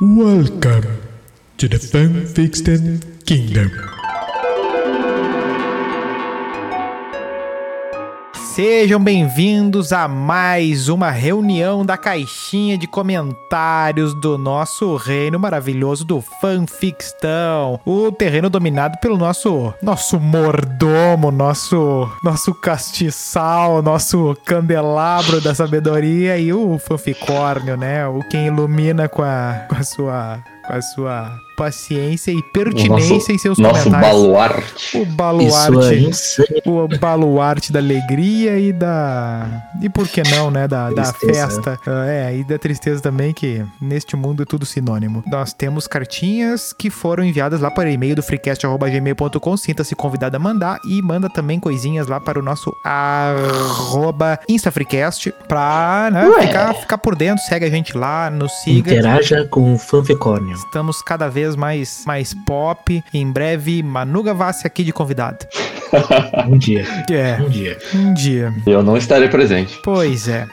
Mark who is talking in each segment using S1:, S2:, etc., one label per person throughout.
S1: Welcome to the Fanfiction Kingdom.
S2: Sejam bem-vindos a mais uma reunião da caixinha de comentários do nosso reino maravilhoso do fanfictão. O terreno dominado pelo nosso nosso mordomo, nosso nosso castiçal, nosso candelabro da sabedoria e o fanficórnio, né? O quem ilumina com a, com a sua com a sua paciência e pertinência
S3: nosso-
S2: em seus
S3: Nosso
S2: comentários.
S3: baluarte.
S2: O
S4: Isso é
S2: baluarte.
S4: insano.
S2: O baluarte da alegria e da. E por que não, né? Da, da
S4: Tristeza.
S2: festa. Ah, É, e da tristeza também, que neste mundo é tudo sinônimo. Nós temos cartinhas que foram enviadas lá para o e-mail do freecast.gmail.com. Sinta-se convidado a mandar e manda também coisinhas lá para o nosso arroba InstaFreecast pra né,
S3: Ué.
S2: ficar, ficar por dentro. Segue a gente lá, nos siga.
S4: Interaja com o fanficórnio.
S2: Estamos cada vez mais, mais pop. Em breve, Manu Gavassi aqui de convidado.
S4: Um dia,
S2: É,
S4: um dia.
S2: um dia.
S3: Eu não estarei presente.
S2: Pois é.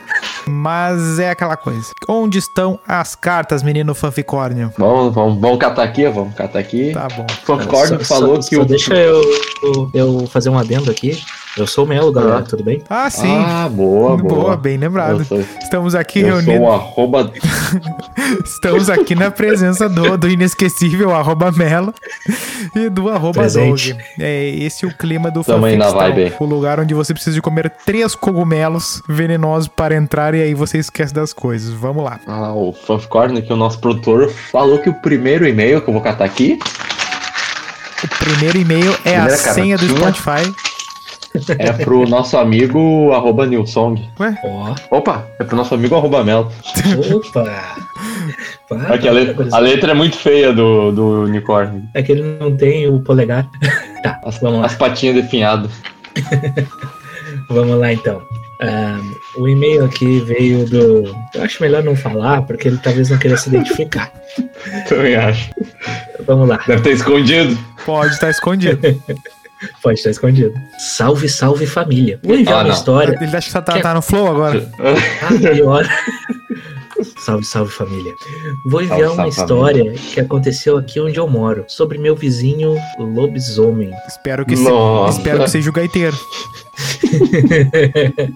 S2: Mas é aquela coisa. Onde estão as cartas, menino fanficórnio?
S3: Vamos, vamos, vamos catar aqui, vamos catar aqui.
S2: Tá bom.
S3: Popcorn
S4: Só-
S3: falou
S4: só-
S3: que
S4: só
S3: o.
S4: Deixa eu, eu- eu fazer um adendo aqui. Eu sou o Melo, galera,
S3: Ah.
S4: tudo bem?
S2: Ah, sim.
S3: Ah, boa, boa.
S2: bem
S3: Eu
S2: lembrado.
S3: sou,
S2: Estamos aqui
S3: eu sou um
S2: reunidos.
S3: o arroba.
S2: Estamos aqui na presença do, do inesquecível arroba Melo e do arroba
S4: Presente.
S2: Zog. É esse é o clima do
S3: Tamo aí na
S2: fanfictão.
S3: vibe.
S2: O lugar onde você precisa de comer três cogumelos venenosos para entrar e aí você esquece das coisas. Vamos lá.
S3: Ah, lá, o Fanficorn, que o nosso produtor falou que o primeiro e-mail que eu vou catar aqui
S2: O primeiro e-mail é a
S3: Primeira
S2: senha do
S3: cartinha.
S2: Spotify.
S3: é pro nosso amigo arroba Nilsong.
S2: Ué?
S4: Ó,
S3: Opa, é pro nosso amigo arroba Melo.
S4: opa! Pá,
S3: Aqui, a, le-
S4: Ah,
S3: a letra é muito feia do, do unicórnio.
S4: É que ele não tem o polegar. tá,
S3: As,
S4: vamos lá.
S3: as patinhas definhadas.
S4: Vamos lá então. Ahn, o e-mail aqui veio do. Eu acho melhor não falar, porque ele talvez não queira se identificar.
S3: Também acho.
S4: Vamos lá,
S3: Deve ter escondido.
S2: Pode estar escondido.
S4: pode estar escondido. Salve, salve família. Vou enviar
S3: Ah,
S4: uma
S3: não.
S4: história.
S2: Ele acha que tá, tá no flow agora.
S4: Ah, pior. salve, salve família. Vou enviar
S3: Salve,
S4: uma
S3: salve,
S4: história que aconteceu aqui onde eu moro, sobre meu vizinho lobisomem.
S2: Espero que, se,
S3: Nossa.
S2: espero que seja o gaiteiro.
S4: ok,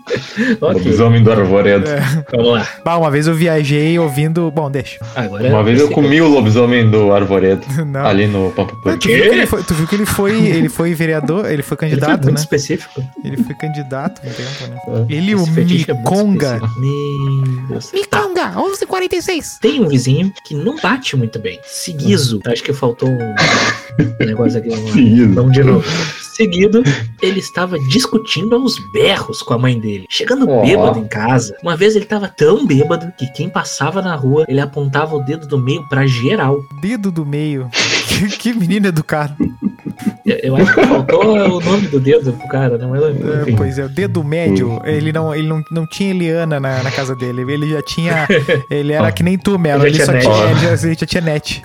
S3: Lobisomem do arvoredo.
S2: É.
S4: vamos lá.
S2: Bah, uma vez eu viajei ouvindo. Bom, deixa.
S4: Agora
S3: Uma vez eu
S4: esse-
S3: comi o lobisomem do arvoredo.
S2: Não.
S3: Ali no Pampa
S2: Não,
S3: Pampa.
S2: tu, viu que ele foi, tu viu que ele foi, ele foi vereador, ele foi
S4: Ele foi
S2: candidato,
S4: muito
S2: né?
S4: é um específico.
S2: Ele foi candidato um tempo, né?
S3: É.
S2: Ele e o
S4: Esse fetiche é muito
S2: Mikonga.
S4: específico. Meu Deus. Tá.
S2: Mikonga, 11h46.
S4: Tem um vizinho que não bate muito bem. Seguizo.
S2: Hum.
S4: Acho que faltou um um negócio aqui. Vamos lá. Vamos de novo. Seguido, ele estava discutindo aos berros com a mãe dele. Chegando
S3: Ó.
S4: bêbado em casa, uma vez ele estava tão bêbado que quem passava na rua, ele apontava o dedo do meio pra geral.
S2: Dedo do meio. Que, que menino educado.
S4: Eu- Eu acho que faltou o nome do dedo pro cara, não é?
S2: É,
S4: Enfim.
S2: pois é, o dedo médio, ele não, ele não, não tinha Eliana na, na casa dele. Ele já tinha. Ele era que nem tu, Melo.
S4: Ele
S2: Ele
S4: já
S2: só
S4: tinha
S2: tinha.
S3: net.
S2: Ele já, ele já tinha net.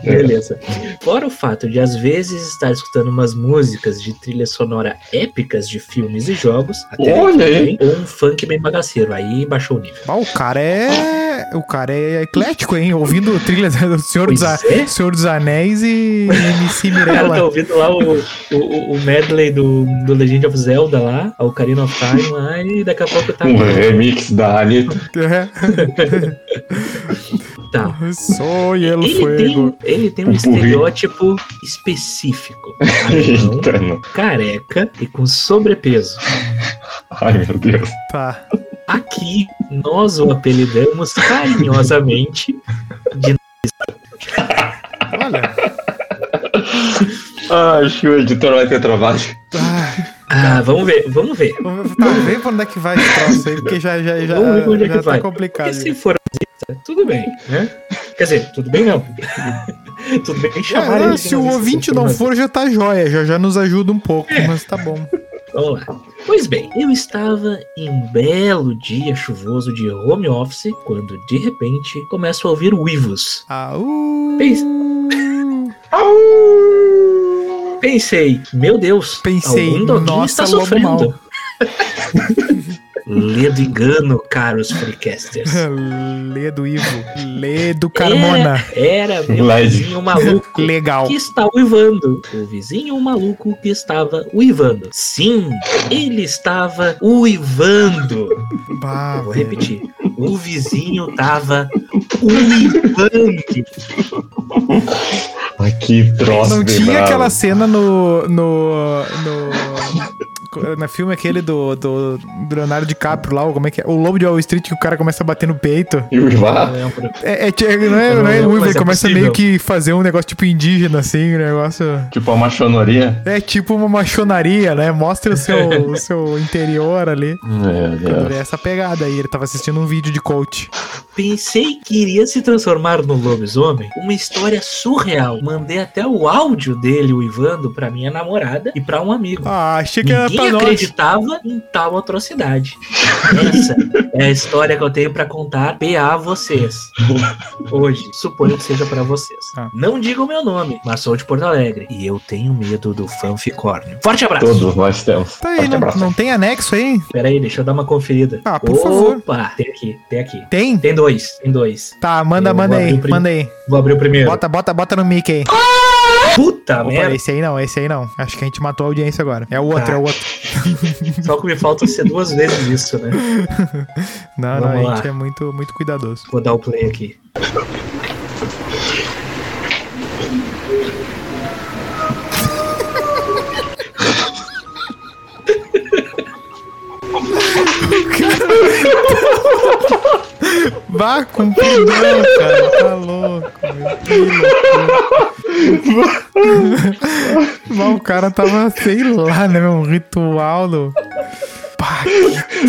S4: Beleza. Fora o fato de às vezes estar escutando umas músicas de trilha sonora épicas de filmes e jogos, até aí
S3: Olha
S4: tudo
S3: aí.
S4: bem, ou um funk bem bagaceiro, aí baixou o nível.
S2: Bah, o cara é. O cara é eclético, hein? Ouvindo trilhas do Senhor, dos, A-
S4: Pois é.
S2: Senhor dos Anéis e MC
S4: O cara tá
S2: Mirella.
S4: ouvindo lá o, o, o medley do, do Legend of Zelda lá, a Ocarina of Time lá, e daqui a pouco tá.
S3: Um remix da Anitta.
S2: É,
S4: tá.
S2: Sou ele
S4: Ele
S2: fuego.
S4: tem, ele tem um
S3: Um burrinho.
S4: estereótipo específico. Alemão,
S3: Eita, não.
S4: careca e com sobrepeso.
S3: Ai, meu Deus.
S2: Tá.
S4: Aqui nós o apelidamos carinhosamente
S2: Olha.
S3: Ai, Ah, acho que o editor vai ter trabalho.
S2: Ah,
S4: Ah, vamos ver, vamos ver.
S2: vamos- tá, vê pra onde é que vai esse troço aí, porque já, já, já,
S4: Vamos ver pra onde é
S2: já
S4: que
S2: tá
S4: vai.
S2: complicado.
S4: Porque se for nazista, tudo bem, né? Quer dizer, tudo bem não. tudo bem chamar
S2: É,
S4: ele de
S2: se o
S4: nazista,
S2: ouvinte
S4: tudo
S2: não
S4: mais.
S2: for, já tá jóia, já, já nos ajuda um pouco,
S4: É.
S2: mas tá bom.
S4: Vamos lá. Pois bem, eu estava em um belo dia chuvoso de home office quando de repente começo a ouvir uivos.
S2: Au!
S4: Pens- Pensei, meu Deus,
S2: Pensei,
S4: algum doguinho
S2: nossa,
S4: está
S2: lobo
S4: sofrendo.
S2: mau.
S4: Ledo engano, caros freecasters.
S2: Ledo Ivo. Ledo
S4: É.
S2: Carmona.
S4: Era meu
S3: Led.
S4: vizinho maluco
S2: Legal.
S4: que está uivando. O vizinho maluco que estava uivando. Sim, ele estava uivando.
S2: Bah,
S4: Eu vou
S2: velho.
S4: repetir. O vizinho tava uivando.
S3: Ai, que troço
S2: Não
S3: de
S2: tinha
S3: bravo.
S2: aquela cena no. no. no. Na filme aquele do, do, do Leonardo DiCaprio lá, ou como é que é? O Lobo de Wall Street que o cara começa a bater no peito.
S3: E o
S4: Eu
S3: Ivá?
S4: lembro.
S2: É, é, é, não é,
S4: Eu não
S2: não é
S4: lembro,
S2: ruim,
S4: mas
S2: ele
S4: é
S2: começa
S4: possível.
S2: meio que fazer um negócio tipo indígena, assim, um negócio.
S3: Tipo, a machonaria?
S2: É tipo uma machonaria, né? Mostra o seu, o seu interior ali.
S3: Meu Deus.
S2: É essa pegada aí, ele tava assistindo um vídeo de coach.
S4: Pensei que iria se transformar no lobisomem. Uma história surreal. Mandei até o áudio dele uivando pra minha namorada e pra um amigo.
S2: Ah, achei que era
S4: Ninguém
S2: pra nós.
S4: acreditava em tal atrocidade. Essa é a história que eu tenho pra contar PA a vocês. Hoje, suponho que seja pra vocês.
S2: Ah.
S4: Não digam meu nome, mas sou de Porto Alegre. E eu tenho medo do fanficórnio. Forte abraço!
S3: Todos nós temos.
S2: Tá aí,
S3: Forte
S2: não,
S3: abraço.
S2: não tem anexo aí?
S4: Pera aí, deixa eu dar uma conferida.
S2: Ah, por favor.
S4: Opa, tem aqui, tem aqui.
S2: Tem?
S4: Tem dois, tem dois.
S2: Tá, manda,
S4: Eu
S2: manda
S4: vou abrir o
S2: aí,
S4: prim-
S2: manda aí.
S4: Vou abrir o primeiro.
S2: Bota, bota, bota no mic aí.
S4: Puta
S2: Opa,
S4: merda!
S2: esse aí não, esse aí não. Acho que a gente matou a audiência agora. É o outro,
S4: Tá.
S2: é o outro.
S4: Só que me falta ser duas vezes isso, né?
S2: Não,
S4: Vamos
S2: não, a
S4: lá.
S2: gente é muito, muito cuidadoso.
S4: Vou dar o play aqui.
S2: Vá com perdão, cara. Tá louco, meu. Que loucura. Mas o cara tava, sei lá, né, meu? Um ritual do. Pá,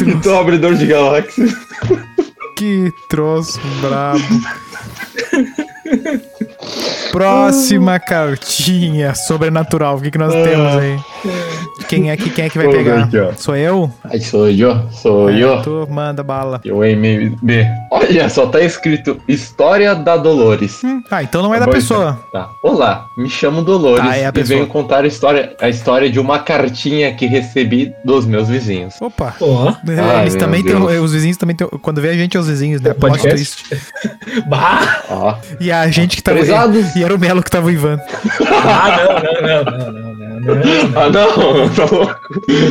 S3: Então, abridor de galáxia.
S2: que troço brabo.
S3: Ah.
S2: Próxima cartinha sobrenatural. O que, que nós temos aí? Quem é que, quem é que vai
S3: Ah. Vamos ver
S2: pegar?
S3: aqui, ó.
S2: Sou eu?
S3: Ai, sou eu, sou eu.
S2: Tu manda bala.
S3: Eu MB. Olha só, tá escrito História da Dolores.
S2: Hum, Ah, então não é da
S3: Bom,
S2: pessoa.
S3: Tá. Olá, me chamo Dolores
S2: Tá, é a
S3: e
S2: pessoa.
S3: venho contar a história, a história de uma cartinha que recebi dos meus vizinhos.
S2: Opa.
S4: Ó.
S2: É,
S3: Ai,
S2: eles
S3: então. Ah,
S2: também
S3: meu
S2: têm.
S3: Deus.
S2: Os vizinhos também têm. Quando vê a gente é os vizinhos, né?
S4: É podcast?
S2: Plot twist.
S4: Bah!
S3: Ó,
S2: E a gente que tava.
S3: prezados.
S2: E era o Melo que tava Ivan.
S4: Ah, não, não, não, não, não, não, não.
S3: Ah, não, tá louco.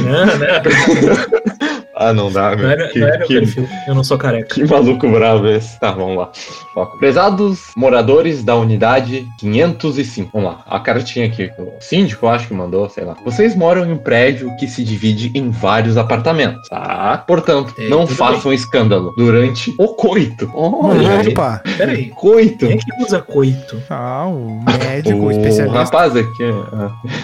S4: Não, não,
S3: Ah, não dá,
S4: não
S3: meu.
S4: era,
S3: Que,
S4: não era meu
S3: que,
S4: perfil. Eu não sou careca.
S3: que maluco bravo esse. Tá, vamos lá. Foco. Prezados moradores da unidade 505. Vamos lá, a cartinha aqui. O síndico, eu acho que mandou, sei lá. Vocês moram em um prédio que se divide em vários apartamentos, tá? Portanto,
S4: É,
S3: não
S4: tudo
S3: façam escândalo durante o coito. Olha aí.
S2: Opa!
S4: Peraí.
S3: Coito.
S4: Quem é que usa coito?
S2: Ah, o médico, o
S3: O
S2: especialista.
S3: rapaz aqui, é,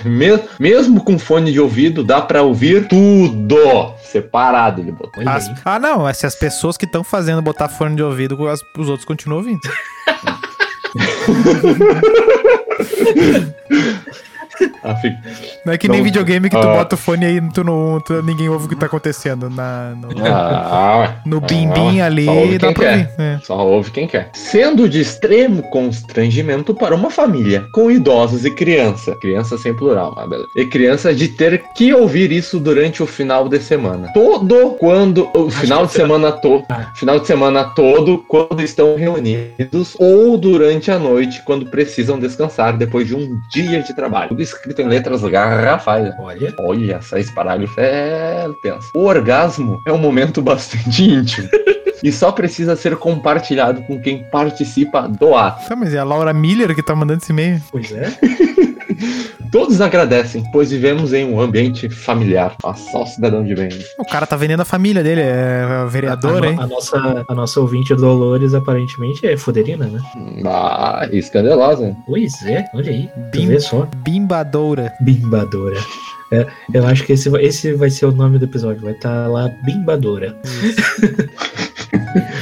S3: é. Me- mesmo com fone de ouvido, dá pra ouvir tudo. Separado, ele botou.
S4: Olha
S2: As-
S4: aí.
S2: ah, não, é se as pessoas que estão fazendo botar fone de ouvido, as- os outros continuam ouvindo.
S3: Ah, fica-
S2: Não é que nem
S3: Não,
S2: videogame que tu
S3: ah.
S2: bota o fone aí e tu não, tu- ninguém ouve o que tá acontecendo. Na, no
S3: Ah, ué.
S2: no bim-bim
S3: Ah,
S2: ali
S3: só
S2: dá
S3: ouve quem
S2: pra
S3: quer.
S2: ouvir. É.
S3: Só ouve quem quer. Sendo de extremo constrangimento para uma família, com idosos e criança. Criança sem plural, mas beleza. E criança de ter que ouvir isso durante o final de semana. Todo quando. O final de semana todo.
S4: Ah.
S3: Final de semana todo, quando estão reunidos, ou durante a noite, quando precisam descansar depois de um dia de trabalho. Tudo escrito em letras garrafais.
S4: Olha.
S3: Olha, só esse parágrafo é tenso. O orgasmo é um momento bastante íntimo. E só precisa ser compartilhado com quem participa do ato.
S2: Tá, mas é a Laura Miller que tá mandando esse e-mail.
S4: Pois é.
S3: Todos agradecem, pois vivemos em um ambiente familiar. Ah, só cidadão de bem.
S2: O cara tá vendendo a família dele, é vereador,
S4: a,
S2: hein?
S4: a, a, nossa, a nossa ouvinte Dolores aparentemente é fuderina, né?
S3: Ah, escandalosa.
S4: Pois é, olha aí. Tu
S2: Bim-
S4: vê só.
S2: Bimbadoura.
S4: Bimbadora. É, eu acho que tá esse, vai- esse vai ser o nome do episódio. Vai estar lá Bimbadora.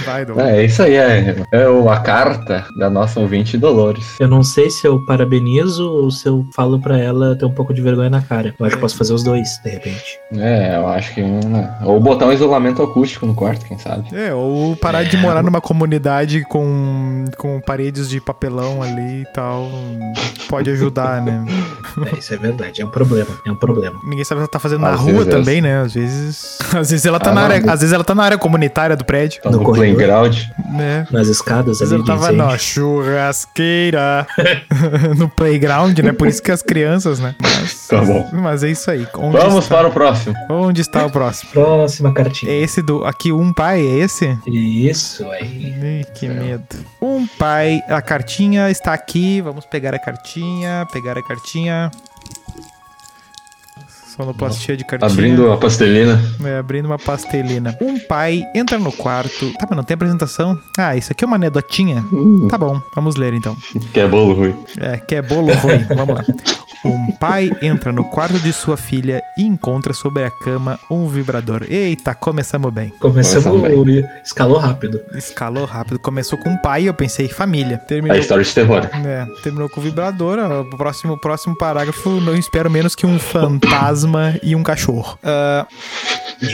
S2: Vai, Dom.
S3: É, isso aí é, é o- a carta da nossa ouvinte Dolores.
S4: Eu não sei se eu parabenizo ou se eu falo pra ela ter um pouco de vergonha na cara. Eu acho que posso fazer os dois, de repente.
S3: É, eu acho que. né, Ou botar um isolamento acústico no quarto, quem sabe?
S2: É, ou parar de morar numa comunidade com, com paredes de papelão ali e tal. Pode ajudar, né?
S4: É, isso é verdade, é um problema, é um problema.
S2: Ninguém sabe o que ela tá fazendo na
S3: Às
S2: rua
S3: vezes. é.
S2: também, né? Às vezes. Às vezes ela tá
S3: Ah,
S2: na
S3: não.
S2: área. Às vezes ela tá na área comunitária do prédio.
S3: Tá
S4: No
S3: no,
S4: corredor.
S3: playground.
S2: Né?
S4: Nas escadas
S2: Às vezes
S4: ali
S2: ela
S4: de
S2: tava na
S4: incêndio.
S2: churrasqueira. no playground, né? Por isso que as crianças, né? Mas,
S3: Tá bom.
S2: Mas é isso aí. Onde,
S3: Vamos para o próximo.
S2: onde está o próximo?
S4: Próxima cartinha.
S2: É esse do. Aqui, um pai, é esse?
S4: Isso aí.
S2: Ih,
S3: É.
S2: que medo. Um pai. A cartinha está aqui. Vamos pegar a cartinha. Pegar a cartinha. Sonoplastia de cartinha.
S3: Abrindo a pastelina.
S2: É, abrindo uma pastelina. Um pai entra no quarto. Tá, mas não tem apresentação? Ah, isso aqui é uma anedotinha?
S3: Hum.
S2: Tá bom, vamos ler então.
S3: Que é bolo ruim.
S2: É, que é bolo ruim. Vamos lá. Um pai entra no quarto de sua filha e encontra sobre a cama um vibrador. Eita, começamos bem.
S4: Começamos.
S3: Começamos
S4: Escalou rápido.
S2: Escalou rápido. Começou com um pai, eu pensei família.
S3: É
S2: Terminou.
S3: história de terror.
S2: É, terminou com vibrador. ó. O próximo, o próximo parágrafo, não espero menos que um fantasma e um cachorro. Ah,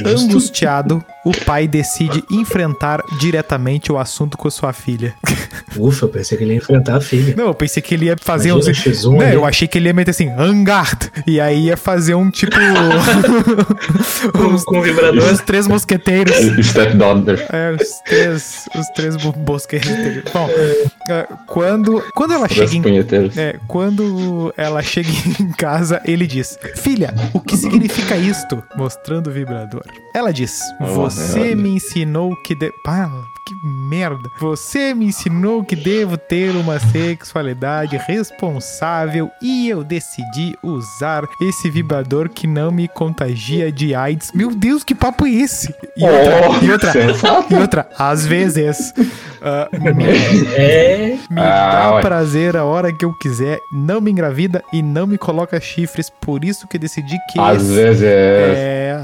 S2: angustiado, o pai decide enfrentar diretamente o assunto com sua filha.
S4: Ufa, eu pensei que ele ia enfrentar a filha.
S2: Não, eu pensei que ele ia fazer um.
S4: Imagina o X1
S2: Né,
S4: ali.
S2: eu achei que ele ia meter assim, Angard! E aí ia fazer um tipo.
S4: Com,
S2: uns,
S4: com o vibrador.
S2: uns três mosqueteiros.
S3: Stepdaughter.
S2: É, os três. Os três bo- bosqueteiros. Bom, é, quando, quando ela
S3: Das
S2: chega em
S3: punheteiras.
S2: É, quando ela chega em casa, ele diz: Filha, o que significa isto? Mostrando o vibrador. Ela diz: Você
S3: merda.
S2: me ensinou que. De... Pá, que merda. Você me ensinou que devo ter uma sexualidade responsável e eu decidi usar esse vibrador que não me contagia de AIDS. Meu Deus, que papo é esse? E outra,
S3: Oh,
S2: e outra,
S3: sensato.
S2: e outra, às vezes. ah, me
S4: É.
S2: me
S3: Ah,
S2: dá
S3: ué.
S2: prazer a hora que eu quiser, não me engravida e não me coloca chifres, por isso que decidi que
S3: Às
S2: esse
S3: vezes é.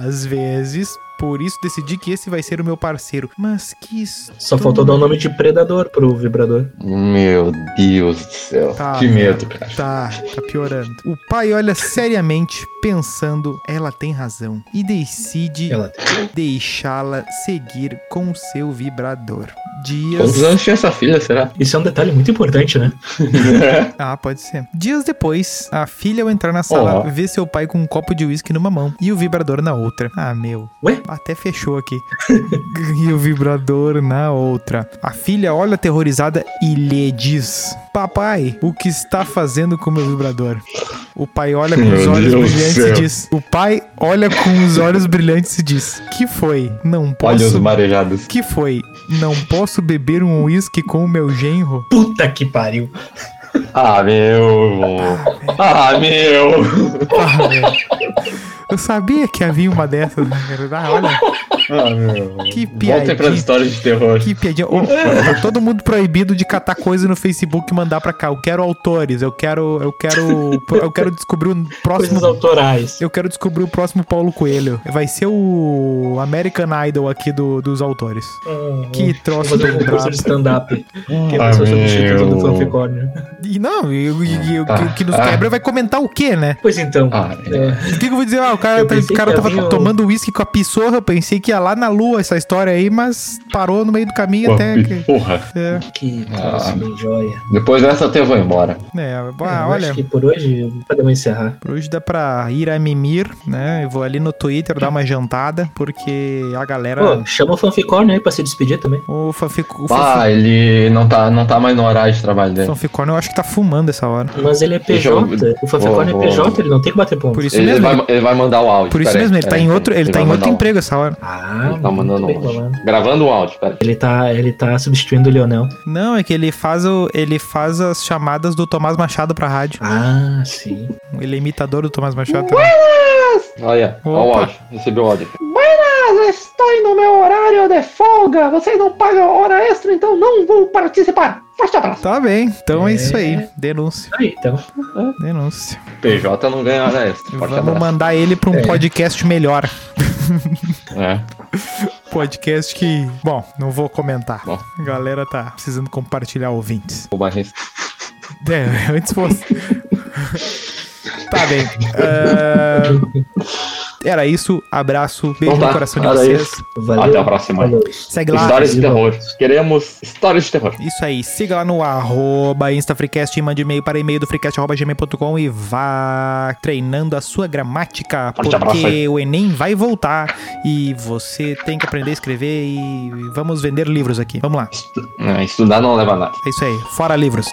S2: é, às vezes, por isso decidi que esse vai ser o meu parceiro. Mas que isso.
S4: Só faltou dar um o nome de predador pro vibrador.
S3: Meu Deus do céu.
S2: Tá,
S3: que medo,
S2: merda.
S3: cara.
S2: Tá, tá piorando. O pai olha seriamente, pensando, ela tem razão, e decide
S4: Ela
S2: deixá-la seguir com o seu vibrador. Dias
S3: Quantos anos tinha essa filha, será?
S4: Isso é um detalhe muito importante, né?
S2: Ah, pode ser. Dias depois, a filha, ao entrar na sala,
S3: Ó.
S2: vê seu pai com um copo de uísque numa mão e o vibrador na outra. Ah, meu.
S4: Ué?
S2: Até fechou aqui. e o vibrador na outra. A filha olha aterrorizada e lhe diz: Papai, o que está fazendo com o meu vibrador? O pai olha com
S3: Meu
S2: os olhos
S3: Deus do
S2: brilhantes e
S3: céu.
S2: diz: O pai olha com os olhos brilhantes e diz: Que foi? Não
S3: Olha os
S2: posso.
S3: marejados.
S2: Que foi? Não posso beber um uísque com o meu genro?
S4: Puta que pariu.
S3: Ah, meu. Ah, meu.
S2: Ah, velho. Eu sabia que havia uma dessas, na verdade. Olha,
S3: Ah, meu.
S2: que
S3: Voltem pras
S2: piadinha.
S3: histórias de terror.
S2: Que piadinha. Ô, tá todo mundo proibido de catar coisa no Facebook e mandar pra cá. Eu quero autores, eu quero. Eu quero. Eu quero descobrir o
S4: Coisas
S2: próximo.
S4: autorais.
S2: Eu quero descobrir o próximo Paulo Coelho. Vai ser o American Idol aqui do- dos autores.
S4: Ah,
S2: Que
S4: vou
S2: troço
S4: fazer um
S2: do
S4: concurso
S2: brabo.
S4: de stand-up. Que
S3: Ah,
S4: vai ser o substituto do
S3: meu.
S4: Fanficórnio.
S2: E não, e, e- e o que- o que nos
S3: Ah.
S2: quebra vai comentar o quê, né?
S4: Pois então.
S3: Ah,
S4: é,
S2: E O que, que eu vou dizer? Ah, o cara,
S4: Eu
S2: tá- o
S4: pensei
S2: cara
S4: que
S2: tava
S4: havia um-
S2: tomando uísque com a pissorra. Eu pensei que ia lá na lua essa história aí, mas parou no meio do caminho até que.
S3: Porra.
S2: É,
S4: que troço
S3: Ah.
S4: bem joia.
S3: Depois dessa até eu vou embora.
S2: né,
S4: Eu
S2: ah,
S4: Acho
S2: olha,
S4: que por hoje podemos encerrar.
S2: por hoje dá pra ir a mimir, né? Eu vou ali no Twitter dar uma jantada, porque a galera.
S4: Pô, chama o Fanficórnio aí pra se despedir também.
S2: O fanfic- o fanfic-
S3: Ah, ele não tá, não tá mais no horário de trabalho dele.
S2: fanficorn eu acho que tá fumando essa hora.
S4: Mas ele é
S3: Deixa eu-
S4: PJ. O Fanficórnio é
S3: vou-
S4: PJ, ele não tem que bater ponto.
S2: Por isso
S3: Ele, ele
S2: mesmo.
S3: vai, ele vai mandar o áudio.
S2: Por isso
S3: peraí,
S2: mesmo, ele tá
S3: peraí,
S2: em outro, ele tá
S3: vai
S2: em outro
S3: mandar um- o-
S2: emprego essa hora.
S4: Ah,
S3: Ele tá mandando
S4: muito bem
S3: um
S4: falado.
S3: áudio. Gravando o áudio, peraí.
S4: Ele tá, ele tá substituindo o Leonel.
S2: Não, é que ele faz o, ele faz as chamadas do Tomás Machado pra rádio.
S4: Ah, sim.
S2: Ele é imitador do Tomás Machado. também.
S3: Olha, olha o
S2: Opa.
S3: áudio. Recebeu o áudio.
S5: Mas estou no meu horário de folga. Vocês não pagam hora extra, então não vou participar. Forte abraço.
S2: Tá bem, então é isso aí.
S4: É.
S2: Denúncia,
S4: Aí, então.
S2: denúncia.
S3: PJ não ganha hora extra. Forte É.
S2: Vamos
S3: abraço.
S2: mandar ele pra um
S4: É.
S2: podcast melhor.
S3: É.
S2: podcast que, bom, não vou comentar.
S3: Bom.
S2: A galera tá precisando compartilhar ouvintes.
S3: Bobagem.
S2: É, antes fosse. tá bem. Ahn, Era isso. Abraço. Beijo
S3: Então tá,
S2: no coração de
S3: era
S2: vocês.
S3: isso. Até a próxima.
S2: Segue lá.
S3: Histórias de terror. Queremos histórias de terror.
S2: Isso aí, siga lá no arroba InstaFreecast e mande e-mail para e-mail do freecast.gmail.com e vá treinando a sua gramática,
S3: Forte abraço
S2: porque o Enem vai voltar e você tem que aprender a escrever e vamos vender livros aqui. Vamos lá,
S3: Estu- Não, Estudar não leva a nada.
S2: é isso aí, fora livros.